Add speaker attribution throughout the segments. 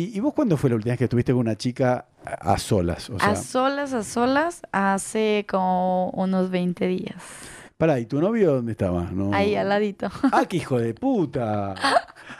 Speaker 1: ¿Y, y vos cuándo fue la última vez que estuviste con una chica a, a solas? O sea,
Speaker 2: a solas, a solas, hace como unos 20 días.
Speaker 1: pará, ¿y tu novio dónde estaba? No.
Speaker 2: Ahí al ladito.
Speaker 1: ¡Ah, qué hijo de puta!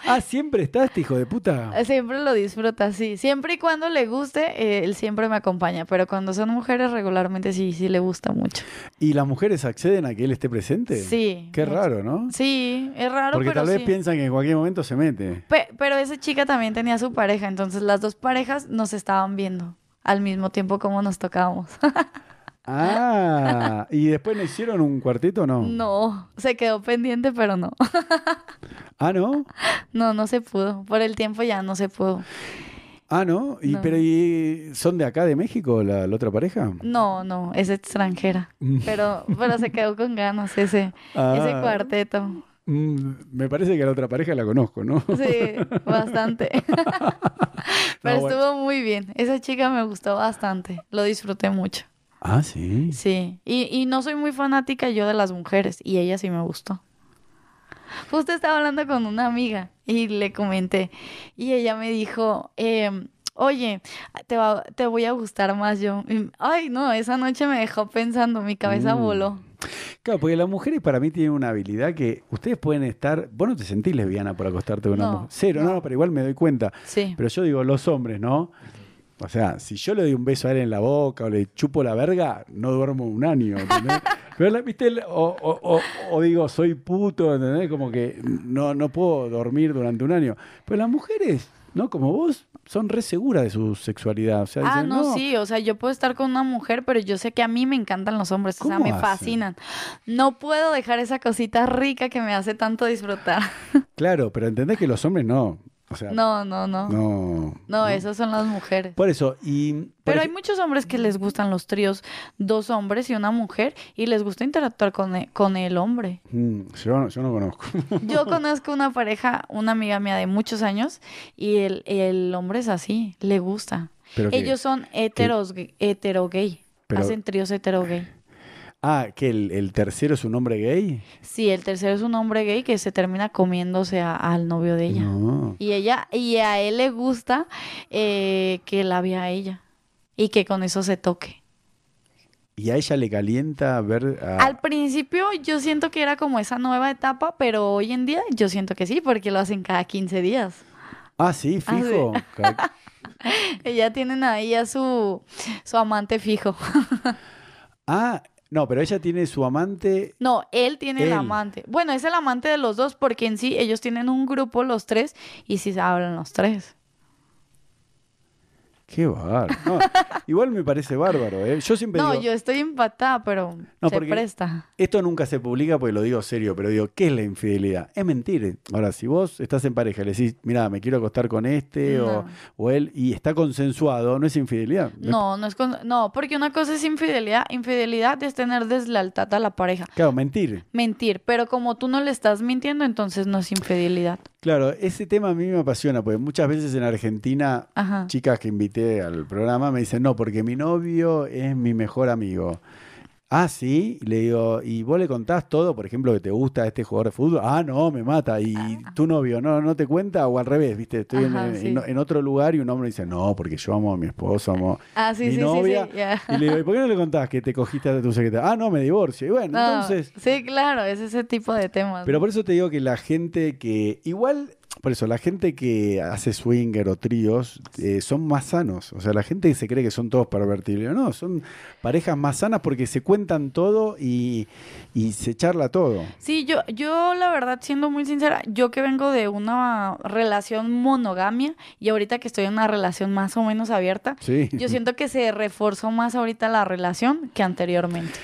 Speaker 1: Ah, siempre está este hijo de puta.
Speaker 2: Siempre lo disfruta, sí. Siempre y cuando le guste, eh, él siempre me acompaña. Pero cuando son mujeres, regularmente sí, sí le gusta mucho.
Speaker 1: ¿Y las mujeres acceden a que él esté presente?
Speaker 2: Sí.
Speaker 1: Qué
Speaker 2: mucho.
Speaker 1: raro, ¿no?
Speaker 2: Sí, es raro,
Speaker 1: Porque
Speaker 2: pero
Speaker 1: tal vez
Speaker 2: sí.
Speaker 1: piensan que en cualquier momento se mete.
Speaker 2: Pe- pero esa chica también tenía su pareja, entonces las dos parejas nos estaban viendo al mismo tiempo como nos tocábamos.
Speaker 1: Oh. Ah, ¿y después le hicieron un cuarteto o no?
Speaker 2: No, se quedó pendiente, pero no.
Speaker 1: Ah, ¿no?
Speaker 2: No, no se pudo. Por el tiempo ya no se pudo.
Speaker 1: Ah, ¿no? ¿Y,
Speaker 2: No.
Speaker 1: Pero, ¿y son de acá, de México, la, la otra pareja?
Speaker 2: No, no, es extranjera. Pero, pero se quedó con ganas ese, ese
Speaker 1: Mm. Ah,
Speaker 2: cuarteto.
Speaker 1: mm, me parece que la otra pareja la conozco, ¿no?
Speaker 2: Sí, bastante. Pero
Speaker 1: No, bueno.
Speaker 2: estuvo muy bien. Esa chica me gustó bastante. Lo disfruté mucho.
Speaker 1: Ah, sí.
Speaker 2: Sí. Y, y no soy muy fanática yo de las mujeres. Y ella sí me gustó. Justo estaba hablando con una amiga y le comenté. Y ella me dijo, em, oye, te, va- te voy a gustar más yo. Y, Ay, no, esa noche me dejó pensando. Mi cabeza
Speaker 1: Mm.
Speaker 2: voló.
Speaker 1: Claro, porque las mujeres para mí tienen una habilidad que ustedes pueden estar. Vos no te sentís lesbiana por acostarte con una
Speaker 2: No,
Speaker 1: mujer. Cero, no,
Speaker 2: no.
Speaker 1: no, pero igual me doy cuenta.
Speaker 2: Sí.
Speaker 1: Pero yo digo, los hombres, ¿no? O sea, si yo le doy un beso a él en la boca o le chupo la verga, no duermo un año, ¿entendés? Pero la- ¿viste? el- O, o- o- o digo, soy puto, ¿entendés? Como que no, no puedo dormir durante un año. Pero las mujeres, ¿no? Como vos, son re seguras de su sexualidad. O sea,
Speaker 2: Ah,
Speaker 1: dicen,
Speaker 2: no, sí, o sea, yo puedo estar con una mujer, pero yo sé que a mí me encantan los hombres, o sea,
Speaker 1: ¿Cómo
Speaker 2: me
Speaker 1: hacen?
Speaker 2: fascinan. No puedo dejar esa cosita rica que me hace tanto disfrutar.
Speaker 1: Claro, pero entendés que los hombres no. O sea,
Speaker 2: No, no, no. No,
Speaker 1: No.
Speaker 2: esas son las mujeres.
Speaker 1: Por eso, y. por
Speaker 2: Pero hay
Speaker 1: ej-
Speaker 2: muchos hombres que les gustan los tríos, dos hombres y una mujer, y les gusta interactuar con e- con el hombre.
Speaker 1: Mm, yo, no- yo no conozco.
Speaker 2: Yo conozco una pareja, una amiga mía de muchos años, y el, el hombre es así, le gusta.
Speaker 1: Pero que-
Speaker 2: Ellos son heteros, hetero gay,
Speaker 1: Pero-
Speaker 2: hacen tríos hetero gay.
Speaker 1: Ah, que el, el tercero es un hombre gay.
Speaker 2: Sí, el tercero es un hombre gay que se termina comiéndose a- al novio de ella.
Speaker 1: No.
Speaker 2: Y ella, y a él le gusta eh, que la vea a ella y que con eso se toque.
Speaker 1: Y a ella le calienta ver a...
Speaker 2: Al principio yo siento que era como esa nueva etapa, pero hoy en día yo siento que sí, porque lo hacen cada 15 días.
Speaker 1: Ah, sí,
Speaker 2: Ah, sí.
Speaker 1: fijo. Ca-
Speaker 2: Ya tienen ahí a su, su amante fijo.
Speaker 1: Ah, no, pero ella tiene su amante...
Speaker 2: No, él tiene el
Speaker 1: Él.
Speaker 2: amante. Bueno, es el amante de los dos, porque en sí ellos tienen un grupo los tres y sí se hablan los tres.
Speaker 1: Qué bárbaro. No, igual me parece bárbaro, ¿eh? Yo siempre
Speaker 2: No,
Speaker 1: digo...
Speaker 2: yo estoy empatada, pero
Speaker 1: No,
Speaker 2: se
Speaker 1: porque-
Speaker 2: presta.
Speaker 1: Esto nunca se publica porque lo digo serio, pero digo, ¿qué es la infidelidad? Es mentir. Ahora, si vos estás en pareja y le decís, mira, me quiero acostar con este o,
Speaker 2: No.
Speaker 1: o él, y está consensuado, no es infidelidad. Me-
Speaker 2: No, no es con- no, porque una cosa es infidelidad, infidelidad es tener deslealtad a la pareja,
Speaker 1: Claro, mentir.
Speaker 2: mentir, pero como tú no le estás mintiendo, entonces no es infidelidad.
Speaker 1: Claro, ese tema a mí me apasiona, porque muchas veces en Argentina,
Speaker 2: Ajá.
Speaker 1: chicas que invité al programa me dicen, no, porque mi novio es mi mejor amigo. Ah, sí, Y le digo, ¿y vos le contás todo, por ejemplo, que te gusta este jugador de fútbol? Ah, no, me mata. ¿Y tu novio no, no te cuenta? O al revés, ¿viste? Estoy en-
Speaker 2: Ah. Ajá,
Speaker 1: en,
Speaker 2: sí.
Speaker 1: en otro lugar y un hombre dice, no, porque yo amo a mi esposo, amo
Speaker 2: Ah,
Speaker 1: a
Speaker 2: sí,
Speaker 1: mi
Speaker 2: sí, sí,
Speaker 1: novia.
Speaker 2: sí, ya.
Speaker 1: Y le digo, ¿y por qué no le contás que te cogiste a tu secretaria? Ah, no, me divorcio. Y bueno,
Speaker 2: No,
Speaker 1: entonces...
Speaker 2: sí, claro, es ese tipo de temas.
Speaker 1: Pero por eso te digo que la gente que. Igual, por eso, la gente que hace swinger o tríos eh, son más sanos. O sea, la gente que se cree que son todos pervertidos. No, son parejas más sanas porque se cuentan todo y, y se charla todo.
Speaker 2: Sí, yo, yo la verdad, siendo muy sincera, yo que vengo de una relación monogamia y ahorita que estoy en una relación más o menos abierta,
Speaker 1: Sí.
Speaker 2: yo siento que se reforzó más ahorita la relación que anteriormente.